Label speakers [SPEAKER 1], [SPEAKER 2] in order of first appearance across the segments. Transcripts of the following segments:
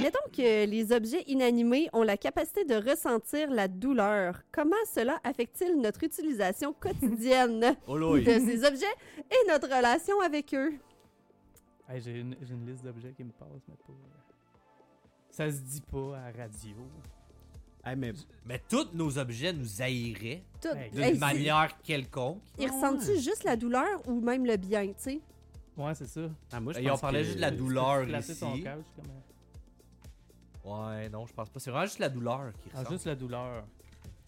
[SPEAKER 1] mettons que les objets inanimés ont la capacité de ressentir la douleur. Comment cela affecte-t-il notre utilisation quotidienne
[SPEAKER 2] Oh là,
[SPEAKER 1] de ces objets et notre relation avec eux?
[SPEAKER 3] Hey, j'ai, une, j'ai une liste d'objets qui me passe, mais pas. euh, Ça se dit pas à la radio.
[SPEAKER 2] hey, mais
[SPEAKER 4] Mais tous nos objets nous haïraient
[SPEAKER 1] Tout.
[SPEAKER 3] Hey,
[SPEAKER 4] Ben, d'une
[SPEAKER 1] Hey, si-
[SPEAKER 4] manière quelconque.
[SPEAKER 1] Ils ressentent-tu juste la douleur ou même le bien, tu sais?
[SPEAKER 3] Ouais, c'est ça.
[SPEAKER 2] ah, moi, je
[SPEAKER 4] Et on
[SPEAKER 2] pense
[SPEAKER 4] parlait
[SPEAKER 2] que-
[SPEAKER 4] juste de la
[SPEAKER 3] Tu
[SPEAKER 4] douleur
[SPEAKER 3] peux flatter ton
[SPEAKER 4] ici.
[SPEAKER 3] cœur, je suis comme, euh,
[SPEAKER 4] Ouais, non, je pense pas. C'est vraiment juste la douleur qui
[SPEAKER 3] Ah,
[SPEAKER 4] ressort.
[SPEAKER 3] juste la douleur.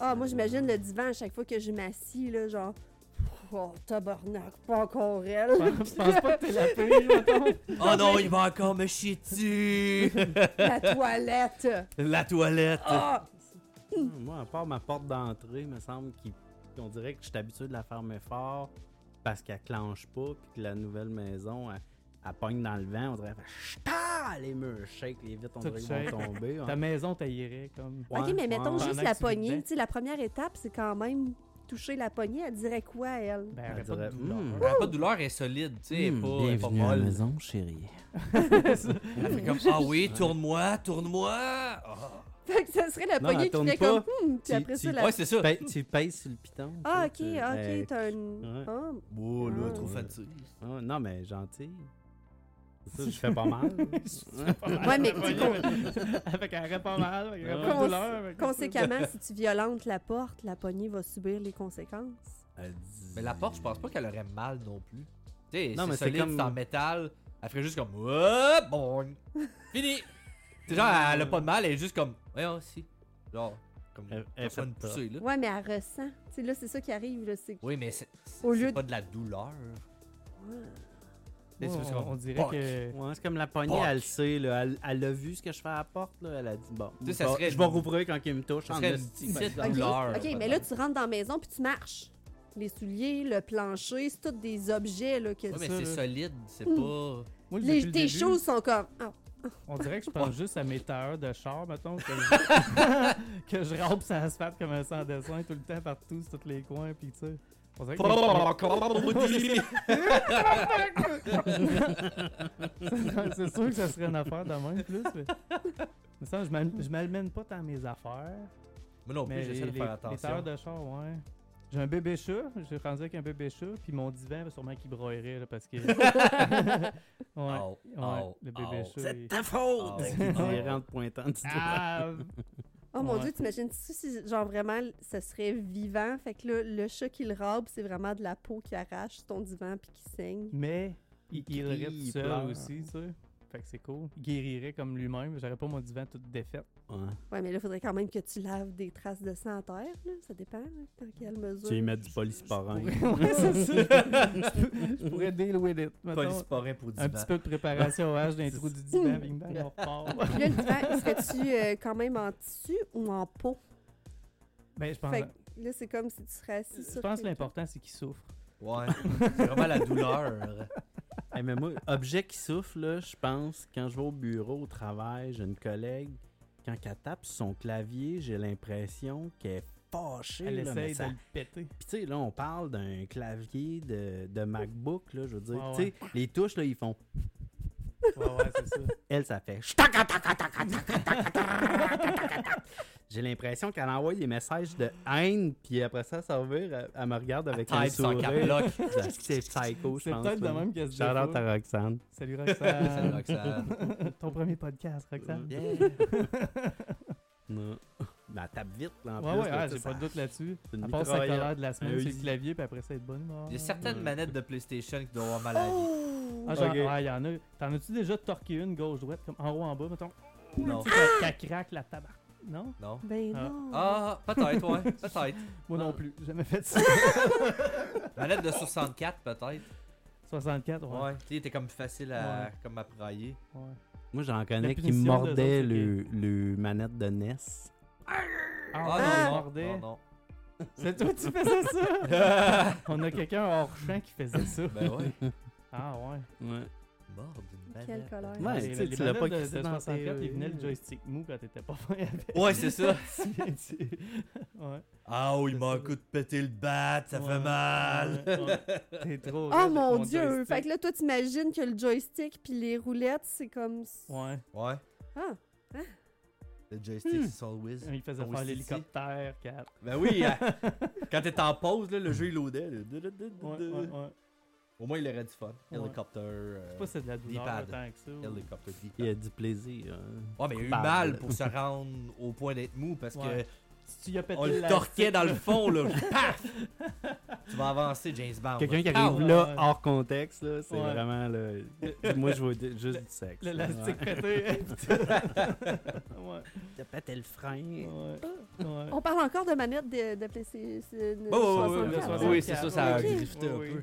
[SPEAKER 1] Ah, moi, j'imagine le divan à chaque fois que je m'assis, là, genre... Oh, tabarnak, pas encore elle.
[SPEAKER 3] Je pense je pense pas que t'es la pire, mettons.
[SPEAKER 4] Oh non, il va encore me chier dessus!
[SPEAKER 1] la toilette.
[SPEAKER 4] la toilette!
[SPEAKER 1] Ah!
[SPEAKER 2] Hum, Moi, à part ma porte d'entrée, il me semble qu'on dirait que je suis habitué de la fermer fort parce qu'elle clenche pas, puis que la nouvelle maison, elle, elle pogne dans le vent. On dirait, ch'ta! Les murs shake, les vitres, on
[SPEAKER 3] Tout
[SPEAKER 2] dirait qu'ils vont
[SPEAKER 3] shake.
[SPEAKER 2] tomber.
[SPEAKER 3] Ta
[SPEAKER 2] ouais.
[SPEAKER 3] maison taillerait comme.
[SPEAKER 2] Ouais,
[SPEAKER 1] ok, mais
[SPEAKER 2] ouais,
[SPEAKER 1] mettons
[SPEAKER 2] ouais.
[SPEAKER 3] Pendant
[SPEAKER 1] juste
[SPEAKER 3] que
[SPEAKER 1] la
[SPEAKER 3] tu vis dedans.
[SPEAKER 1] poignée. Tu sais, la première étape, c'est quand même toucher la poignée. Elle dirait quoi, elle?
[SPEAKER 3] Ben, elle
[SPEAKER 2] Elle
[SPEAKER 3] aurait pas de
[SPEAKER 2] dirait,
[SPEAKER 3] douleur.
[SPEAKER 2] hmm.
[SPEAKER 4] Elle a pas de douleur, elle est solide, tu sais, elle est
[SPEAKER 2] Hum,
[SPEAKER 4] pas, elle est pas
[SPEAKER 2] bienvenue à la
[SPEAKER 4] molle.
[SPEAKER 2] maison, chérie.
[SPEAKER 4] Elle fait comme Ah oui, tourne-moi, tourne-moi! Ah.
[SPEAKER 1] Fait que ça serait la
[SPEAKER 2] Non,
[SPEAKER 1] poignée
[SPEAKER 2] elle
[SPEAKER 1] qui
[SPEAKER 2] tourne
[SPEAKER 1] fait
[SPEAKER 2] pas.
[SPEAKER 1] comme... Hmm, puis
[SPEAKER 2] Tu-
[SPEAKER 1] après
[SPEAKER 2] tu-
[SPEAKER 1] ça, la...
[SPEAKER 4] Ouais, c'est ça!
[SPEAKER 2] Pa- tu pèses sur le piton.
[SPEAKER 1] Ah, ok,
[SPEAKER 2] tu sais, tu-
[SPEAKER 1] ok,
[SPEAKER 2] euh,
[SPEAKER 1] t'as une...
[SPEAKER 2] ouais.
[SPEAKER 1] Ah,
[SPEAKER 4] Oh là, trop
[SPEAKER 2] Ouais.
[SPEAKER 4] fatigué.
[SPEAKER 2] ah, non, mais gentil. Ça, je fais pas mal.
[SPEAKER 1] Ouais, mais tu sais qu'on-
[SPEAKER 3] Fait qu'elle aurait pas mal, fait qu'elle aurait pas de
[SPEAKER 1] Cons-
[SPEAKER 3] douleur. fait que-
[SPEAKER 1] Conséquemment, si tu violentes la porte, la poignée va subir les conséquences.
[SPEAKER 2] Elle dit-
[SPEAKER 4] Mais la porte, je pense pas qu'elle aurait mal non plus. Tu sais,
[SPEAKER 2] Non, mais
[SPEAKER 4] c'est
[SPEAKER 2] c'est
[SPEAKER 4] solide,
[SPEAKER 2] comme-
[SPEAKER 4] c'est en métal. Elle ferait juste comme Hop, bon! Fini! C'est genre, elle a pas de mal, elle est juste comme Ouais, oh, si. Genre, comme.
[SPEAKER 2] Elle- elle
[SPEAKER 4] ça, une
[SPEAKER 2] fait pas.
[SPEAKER 4] poussée, là.
[SPEAKER 1] Ouais, mais elle ressent. Tu sais, là, c'est ça qui arrive, là. C'est...
[SPEAKER 4] Oui, mais c'est c'est-
[SPEAKER 1] Au
[SPEAKER 4] c'est
[SPEAKER 1] lieu de-
[SPEAKER 4] pas de la douleur.
[SPEAKER 3] Ouais,
[SPEAKER 4] C'est parce qu'on-
[SPEAKER 3] on, on dirait
[SPEAKER 4] Fuck.
[SPEAKER 3] que.
[SPEAKER 2] Ouais, c'est comme la poignée,
[SPEAKER 4] Fuck.
[SPEAKER 2] elle le sait, là. Elle, elle a vu ce que je fais à la porte, là. Elle a dit, bon,
[SPEAKER 4] sais, ça
[SPEAKER 2] je vais-
[SPEAKER 4] serait-
[SPEAKER 2] je vais rouvrir quand il me touche.
[SPEAKER 4] Ça
[SPEAKER 2] en
[SPEAKER 4] serait une
[SPEAKER 2] esti,
[SPEAKER 4] petite
[SPEAKER 2] parce que-
[SPEAKER 1] Ok,
[SPEAKER 4] douleur.
[SPEAKER 1] ok, mais là, tu rentres dans la maison puis tu marches. Les souliers, le plancher, c'est tous des objets, là. Que...
[SPEAKER 4] Ouais, mais
[SPEAKER 3] ça,
[SPEAKER 4] c'est
[SPEAKER 3] là.
[SPEAKER 4] solide, c'est pas.
[SPEAKER 1] Les-
[SPEAKER 3] Moi, depuis le
[SPEAKER 1] tes
[SPEAKER 3] début,
[SPEAKER 1] choses sont comme... Ah,
[SPEAKER 3] On dirait que je pense juste à mes tailleurs de char, mettons. Que je, que je rampe sur l'asphalte comme un sans-dessin tout le temps, partout, sur tous les coins, pis tu sais. On dirait que c'est sûr que ça serait une affaire de même plus. Mais... Mais ça, je m'al- je m'almène pas dans mes affaires.
[SPEAKER 4] Moi non plus,
[SPEAKER 3] mais
[SPEAKER 4] j'essaie
[SPEAKER 3] les,
[SPEAKER 4] de faire
[SPEAKER 3] les tailleurs
[SPEAKER 4] attention.
[SPEAKER 3] de char, ouais. J'ai un bébé chat, j'ai rendu avec un bébé chat, puis mon divan, sûrement qu'il broyerait là, parce que. ouais,
[SPEAKER 4] Oh,
[SPEAKER 3] Ah, ouais,
[SPEAKER 4] oh,
[SPEAKER 3] le bébé
[SPEAKER 4] oh.
[SPEAKER 3] chat. il-
[SPEAKER 2] ta faute!
[SPEAKER 4] Ah,
[SPEAKER 2] Il
[SPEAKER 4] ouais.
[SPEAKER 2] rentre pointant du doigt.
[SPEAKER 3] Ah,
[SPEAKER 1] Oh mon
[SPEAKER 3] Ouais.
[SPEAKER 1] dieu, t'imagines-tu si, genre, vraiment, ça serait vivant? Fait que là, le chat qui le rabe, c'est vraiment de la peau qui arrache sur ton divan puis qui saigne.
[SPEAKER 3] Mais il, il
[SPEAKER 2] crie,
[SPEAKER 3] irait tout
[SPEAKER 2] il
[SPEAKER 3] seul
[SPEAKER 2] pleure.
[SPEAKER 3] aussi, tu sais. Fait que c'est cool. Il guérirait comme lui-même. J'aurais pas mon divan tout défait.
[SPEAKER 2] Ouais.
[SPEAKER 1] Ouais, mais là, faudrait quand même que tu laves des traces de sang à terre, là. Ça dépend, hein, dans quelle mesure.
[SPEAKER 2] Tu lui mets du polysporin.
[SPEAKER 3] ouais, c'est ça. je, peux- je pourrais deal with it. mettons.
[SPEAKER 4] Polysporin pour
[SPEAKER 3] un
[SPEAKER 4] divan.
[SPEAKER 3] petit peu de préparation au hache d'un trou du divan, bing bang, on repart.
[SPEAKER 1] Puis là, le divan, serais-tu euh, quand même en tissu ou en peau?
[SPEAKER 3] Ben, je pense,
[SPEAKER 1] Fait que là, c'est comme si tu serais assis
[SPEAKER 3] je
[SPEAKER 1] sur...
[SPEAKER 3] pense que
[SPEAKER 1] quelqu'un.
[SPEAKER 3] l'important, c'est qu'il souffre.
[SPEAKER 4] Ouais, c'est vraiment la douleur.
[SPEAKER 2] Hey, mais moi, objet qui souffle, là, je pense, quand je vais au bureau, au travail, j'ai une collègue, quand elle tape sur son clavier, j'ai l'impression qu'elle est fâchée.
[SPEAKER 3] Elle
[SPEAKER 2] là, mais
[SPEAKER 3] essaye
[SPEAKER 2] ça-
[SPEAKER 3] de le péter.
[SPEAKER 2] Puis tu sais, là, on parle d'un clavier de, de MacBook, là, je veux dire.
[SPEAKER 3] Ouais,
[SPEAKER 2] tu sais, les touches, là, ils font...
[SPEAKER 3] Ouais, ouais, c'est ça.
[SPEAKER 2] Elle, ça fait... ch'tacatacatacatacatacatacatacatac. J'ai l'impression qu'elle envoie des messages de haine, puis après ça, ça revient, elle, elle me regarde avec un
[SPEAKER 4] Type sans cap
[SPEAKER 2] sourire.
[SPEAKER 4] lock.
[SPEAKER 2] C'est psycho, je
[SPEAKER 3] C'est
[SPEAKER 2] pense.
[SPEAKER 3] peut-être de
[SPEAKER 2] là.
[SPEAKER 3] même qu'elle se
[SPEAKER 2] Shout-out
[SPEAKER 3] défoule.
[SPEAKER 2] à Roxane.
[SPEAKER 3] Salut
[SPEAKER 4] Salut,
[SPEAKER 3] Roxane.
[SPEAKER 4] Roxane.
[SPEAKER 3] Ton premier podcast, Roxane.
[SPEAKER 4] Yeah.
[SPEAKER 2] Non. Mais elle tape vite, là, en
[SPEAKER 3] Ouais,
[SPEAKER 2] plus.
[SPEAKER 3] ouais,
[SPEAKER 2] là,
[SPEAKER 3] ah,
[SPEAKER 2] tu sais,
[SPEAKER 3] j'ai pas
[SPEAKER 2] ça-
[SPEAKER 3] de doute là-dessus.
[SPEAKER 2] c'est une
[SPEAKER 3] Elle passe sa
[SPEAKER 2] mitraillette.
[SPEAKER 3] colère de la
[SPEAKER 2] Un
[SPEAKER 3] semaine sur le
[SPEAKER 2] Uzi.
[SPEAKER 3] clavier, puis après ça, elle Euh, est de bonne mort.
[SPEAKER 4] Il y a certaines manettes de PlayStation qui doivent avoir mal à la vie.
[SPEAKER 1] Oh!
[SPEAKER 3] Ah, genre,
[SPEAKER 2] Ok.
[SPEAKER 3] ouais, y en a. T'en as-tu déjà torqué une gauche-droite, comme en haut, en bas, mettons?
[SPEAKER 4] Non.
[SPEAKER 3] Tu sais, quand- quand craque la tabac. Non?
[SPEAKER 4] Non.
[SPEAKER 1] Ben
[SPEAKER 3] Ah.
[SPEAKER 1] non!
[SPEAKER 4] Ah, peut-être, ouais, peut-être.
[SPEAKER 3] Moi non plus, j'ai jamais fait ça.
[SPEAKER 4] Manette de 64, peut-être.
[SPEAKER 3] 64, ouais.
[SPEAKER 4] Ouais, tu sais, t'es comme facile à, comme à prailler.
[SPEAKER 3] ouais.
[SPEAKER 2] Moi, j'en connais qui
[SPEAKER 3] punition
[SPEAKER 2] mordait
[SPEAKER 3] d'eux autres,
[SPEAKER 2] le, le manette de NES.
[SPEAKER 3] Ah,
[SPEAKER 1] Ah!
[SPEAKER 3] on
[SPEAKER 4] non, non,
[SPEAKER 3] mordait.
[SPEAKER 4] non.
[SPEAKER 3] C'est toi qui faisais ça? on a quelqu'un hors champ qui faisait ça.
[SPEAKER 4] Ben ouais.
[SPEAKER 3] Ah, ouais.
[SPEAKER 2] Ouais.
[SPEAKER 4] Mordre une manette.
[SPEAKER 1] Quelle colère!
[SPEAKER 2] Ouais,
[SPEAKER 3] Les-
[SPEAKER 2] tu sais,
[SPEAKER 3] les
[SPEAKER 2] tu l'as
[SPEAKER 3] manettes
[SPEAKER 2] pas
[SPEAKER 3] de,
[SPEAKER 2] crissé
[SPEAKER 3] de
[SPEAKER 2] dans tes-
[SPEAKER 3] 64, il venait le joystick mou quand t'étais pas fin avec.
[SPEAKER 4] euh, Ouais, c'est ça.
[SPEAKER 3] ouais.
[SPEAKER 4] Ah, oh, il m'a un coup de péter le bat, ça fait mal.
[SPEAKER 3] Ouais, ouais. T'es
[SPEAKER 1] Oh
[SPEAKER 3] trop. raide
[SPEAKER 1] mon
[SPEAKER 3] avec
[SPEAKER 1] dieu!
[SPEAKER 3] joystick.
[SPEAKER 1] Fait que là, toi, t'imagines que le joystick puis les roulettes, c'est comme...
[SPEAKER 3] Ouais.
[SPEAKER 4] Ouais.
[SPEAKER 1] Ah!
[SPEAKER 4] Le joystick,
[SPEAKER 3] Hmm.
[SPEAKER 4] c'est always.
[SPEAKER 3] Il faisait
[SPEAKER 4] Ton
[SPEAKER 3] faire
[SPEAKER 4] esti.
[SPEAKER 3] l'hélicoptère, Cap.
[SPEAKER 4] Ben oui, hein. quand t'es en pause, là, le jeu il loadait. là. Du- du- du- du-
[SPEAKER 3] Ouais,
[SPEAKER 4] du.
[SPEAKER 3] ouais, ouais.
[SPEAKER 4] Au moins, il aurait du fun.
[SPEAKER 3] Ouais.
[SPEAKER 4] Helicopter. euh,
[SPEAKER 3] Je sais pas si c'est de la douleur
[SPEAKER 4] D-pad.
[SPEAKER 3] tant que ça. ou-
[SPEAKER 4] Helicopter. D-pad.
[SPEAKER 2] Il y a du plaisir. hein.
[SPEAKER 4] Ouais, mais il y a eu
[SPEAKER 2] Coupable.
[SPEAKER 4] mal pour se rendre au point d'être mou parce
[SPEAKER 3] Ouais.
[SPEAKER 4] que
[SPEAKER 3] Si tu y as pété
[SPEAKER 4] on le
[SPEAKER 3] l'élastique,
[SPEAKER 4] torquait dans le fond, là. Paf! tu vas avancer, James Bond.
[SPEAKER 2] Quelqu'un qui
[SPEAKER 4] Pow!
[SPEAKER 2] arrive
[SPEAKER 3] Ah, ouais,
[SPEAKER 2] là,
[SPEAKER 3] ouais.
[SPEAKER 2] hors contexte, là, c'est
[SPEAKER 3] Ouais.
[SPEAKER 2] vraiment le. Moi, je vois d- juste du sexe.
[SPEAKER 3] L'élastique
[SPEAKER 2] Ouais.
[SPEAKER 3] pété. ouais.
[SPEAKER 2] T'as pété le frein.
[SPEAKER 3] Ouais.
[SPEAKER 1] Ah.
[SPEAKER 3] Ouais.
[SPEAKER 1] On parle encore de manette de, de PlayStation
[SPEAKER 4] Ouais, ouais, ouais,
[SPEAKER 3] Le
[SPEAKER 4] ouais,
[SPEAKER 1] 64.
[SPEAKER 4] ouais, oui, c'est ça, ça a
[SPEAKER 1] Ok.
[SPEAKER 4] griffuté un
[SPEAKER 3] Oui, oui.
[SPEAKER 4] peu.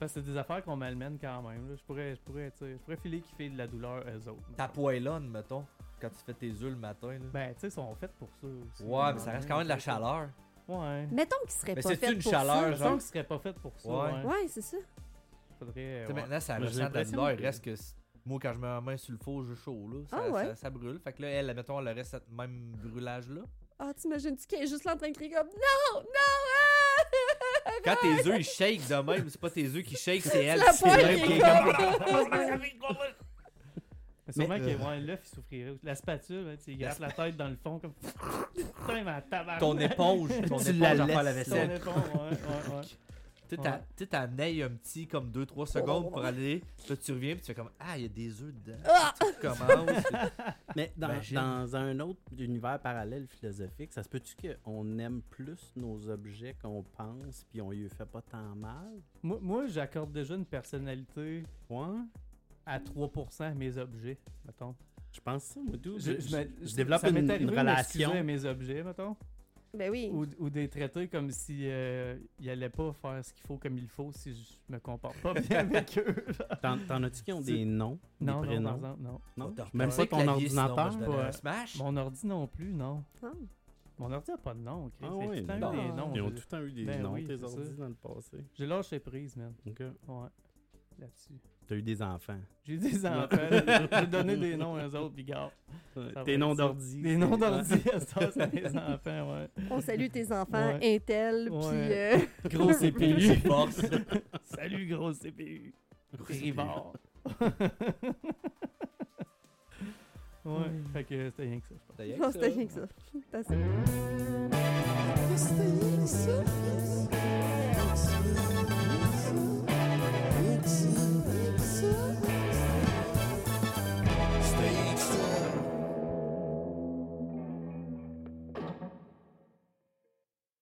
[SPEAKER 3] Parce que c'est des affaires qu'on malmène quand même. là. Je pourrais, je pourrais, tu sais, je pourrais filer qu'ils fait de la douleur aux autres.
[SPEAKER 4] Ta
[SPEAKER 3] mettons.
[SPEAKER 4] poêlonne, mettons, quand tu fais tes œufs le matin. Là.
[SPEAKER 3] Ben, tu sais, ils sont faits pour ça aussi. hein.
[SPEAKER 4] ouais, mais ça reste quand même de la chaleur.
[SPEAKER 3] Ouais.
[SPEAKER 1] Mettons qu'il serait
[SPEAKER 4] Mais
[SPEAKER 1] pas
[SPEAKER 4] c'est-tu
[SPEAKER 1] fait
[SPEAKER 4] une
[SPEAKER 1] pour
[SPEAKER 3] Je
[SPEAKER 4] chaleur,
[SPEAKER 3] sens
[SPEAKER 4] genre?
[SPEAKER 3] qu'ils seraient pas faits pour ça.
[SPEAKER 4] Ouais.
[SPEAKER 3] Ouais.
[SPEAKER 1] ça. Ouais, c'est ça.
[SPEAKER 3] Faudrait.
[SPEAKER 4] Tu
[SPEAKER 3] euh,
[SPEAKER 4] sais,
[SPEAKER 3] ouais.
[SPEAKER 4] Maintenant, ça
[SPEAKER 2] Mais j'ai
[SPEAKER 4] ressent de la
[SPEAKER 2] l'impression
[SPEAKER 4] douleur. Il
[SPEAKER 2] que-
[SPEAKER 4] reste que. c- Moi, quand je mets ma main sur le four, je chaud, là. Ça,
[SPEAKER 1] Ah ouais?
[SPEAKER 4] ça, ça brûle. Fait que là, elle, mettons, elle reste cette même brûlage-là.
[SPEAKER 1] Ah, t'imagines-tu qu'elle est juste là en train de crier comme Non! Non! ah!
[SPEAKER 4] Quand tes œufs, ils shake de même, c'est pas tes œufs qui shake, c'est elle
[SPEAKER 1] la
[SPEAKER 4] qui fait de
[SPEAKER 1] poêle
[SPEAKER 4] même,
[SPEAKER 1] qui
[SPEAKER 4] qui est comme.
[SPEAKER 3] Mais sûrement
[SPEAKER 4] Mais,
[SPEAKER 3] que
[SPEAKER 4] euh,
[SPEAKER 3] ouais, l'œuf, il souffrirait. La spatule, hein, tu sais, il gratte la tête dans le fond comme. Putain, ma tabarnak.
[SPEAKER 4] Ton éponge, ton
[SPEAKER 2] Tu
[SPEAKER 4] éponge
[SPEAKER 2] la
[SPEAKER 4] à faire la
[SPEAKER 2] laisses,
[SPEAKER 3] Ton
[SPEAKER 4] vaisselle.
[SPEAKER 3] éponge, ouais, ouais, ouais.
[SPEAKER 4] Tu sais, t'en- tu sais, t'en ailles un petit comme 2-3 secondes pour aller. Là, tu reviens, puis tu fais comme Ah, il y a des œufs dedans.
[SPEAKER 1] Ah!
[SPEAKER 4] Tu recommences.
[SPEAKER 2] Mais dans,
[SPEAKER 4] Imagine.
[SPEAKER 2] dans un autre univers parallèle philosophique, ça se peut-tu qu'on aime plus nos objets qu'on pense, puis on lui fait pas tant mal?
[SPEAKER 3] Moi, moi j'accorde déjà une personnalité
[SPEAKER 2] Ouais.
[SPEAKER 3] à 3% à mes objets, mettons.
[SPEAKER 2] Je pense ça, moi, tout.
[SPEAKER 3] Je,
[SPEAKER 2] Je,
[SPEAKER 3] je me-
[SPEAKER 2] je développe
[SPEAKER 3] ça m'est
[SPEAKER 2] une,
[SPEAKER 3] arrivé
[SPEAKER 2] une
[SPEAKER 3] de
[SPEAKER 2] relation.
[SPEAKER 3] m'excuser à mes objets, mettons.
[SPEAKER 1] Ben oui.
[SPEAKER 3] Ou, ou des traités comme si euh, ils allaient pas faire ce qu'il faut comme il faut si je me comporte pas bien avec eux.
[SPEAKER 2] T'en, t'en as-tu qui ont
[SPEAKER 3] C'est-
[SPEAKER 2] des noms?
[SPEAKER 3] Non,
[SPEAKER 2] des
[SPEAKER 3] non,
[SPEAKER 2] prénoms?
[SPEAKER 3] par exemple, non.
[SPEAKER 2] Non?
[SPEAKER 4] T'as
[SPEAKER 2] Même
[SPEAKER 4] reconnu
[SPEAKER 2] pas ton
[SPEAKER 4] clavier, sinon,
[SPEAKER 2] ordinateur?
[SPEAKER 4] moi, je donnais un
[SPEAKER 3] ouais.
[SPEAKER 4] Smash.
[SPEAKER 3] Mon ordi non plus, non.
[SPEAKER 1] Ah.
[SPEAKER 3] Mon ordi a pas de nom, Chris.
[SPEAKER 2] Ah
[SPEAKER 3] Il y a
[SPEAKER 2] oui,
[SPEAKER 3] tout le temps
[SPEAKER 2] non.
[SPEAKER 3] eu des noms.
[SPEAKER 2] Ils ont
[SPEAKER 3] J'ai-
[SPEAKER 2] tout le temps eu des
[SPEAKER 3] Ben
[SPEAKER 2] noms,
[SPEAKER 3] oui,
[SPEAKER 2] tes
[SPEAKER 3] c'est
[SPEAKER 2] ordis,
[SPEAKER 3] ça.
[SPEAKER 2] dans le passé.
[SPEAKER 3] J'ai lâché prise, man.
[SPEAKER 2] Ok.
[SPEAKER 3] Ouais. Là-dessus.
[SPEAKER 2] T'as eu des enfants.
[SPEAKER 3] J'ai des enfants. là. J'ai donné des noms aux autres, puis garde.
[SPEAKER 2] Euh,
[SPEAKER 3] Ça
[SPEAKER 2] Tes
[SPEAKER 3] va
[SPEAKER 2] noms
[SPEAKER 3] être ça.
[SPEAKER 2] d'ordi.
[SPEAKER 3] Des
[SPEAKER 2] c'est-
[SPEAKER 3] noms d'ordi, à ce temps, c'est des enfants, ouais.
[SPEAKER 1] On salue tes enfants,
[SPEAKER 3] Ouais.
[SPEAKER 1] Intel,
[SPEAKER 3] Ouais.
[SPEAKER 1] puis. euh,
[SPEAKER 3] Gros CPU.
[SPEAKER 4] Force.
[SPEAKER 3] Salut, gros CPU. Rivard. ouais, fait que c'était rien que ça, je pense.
[SPEAKER 4] D'ailleurs,
[SPEAKER 1] Non, c'était rien que ça. T'as ça.
[SPEAKER 5] C'était rien que ça.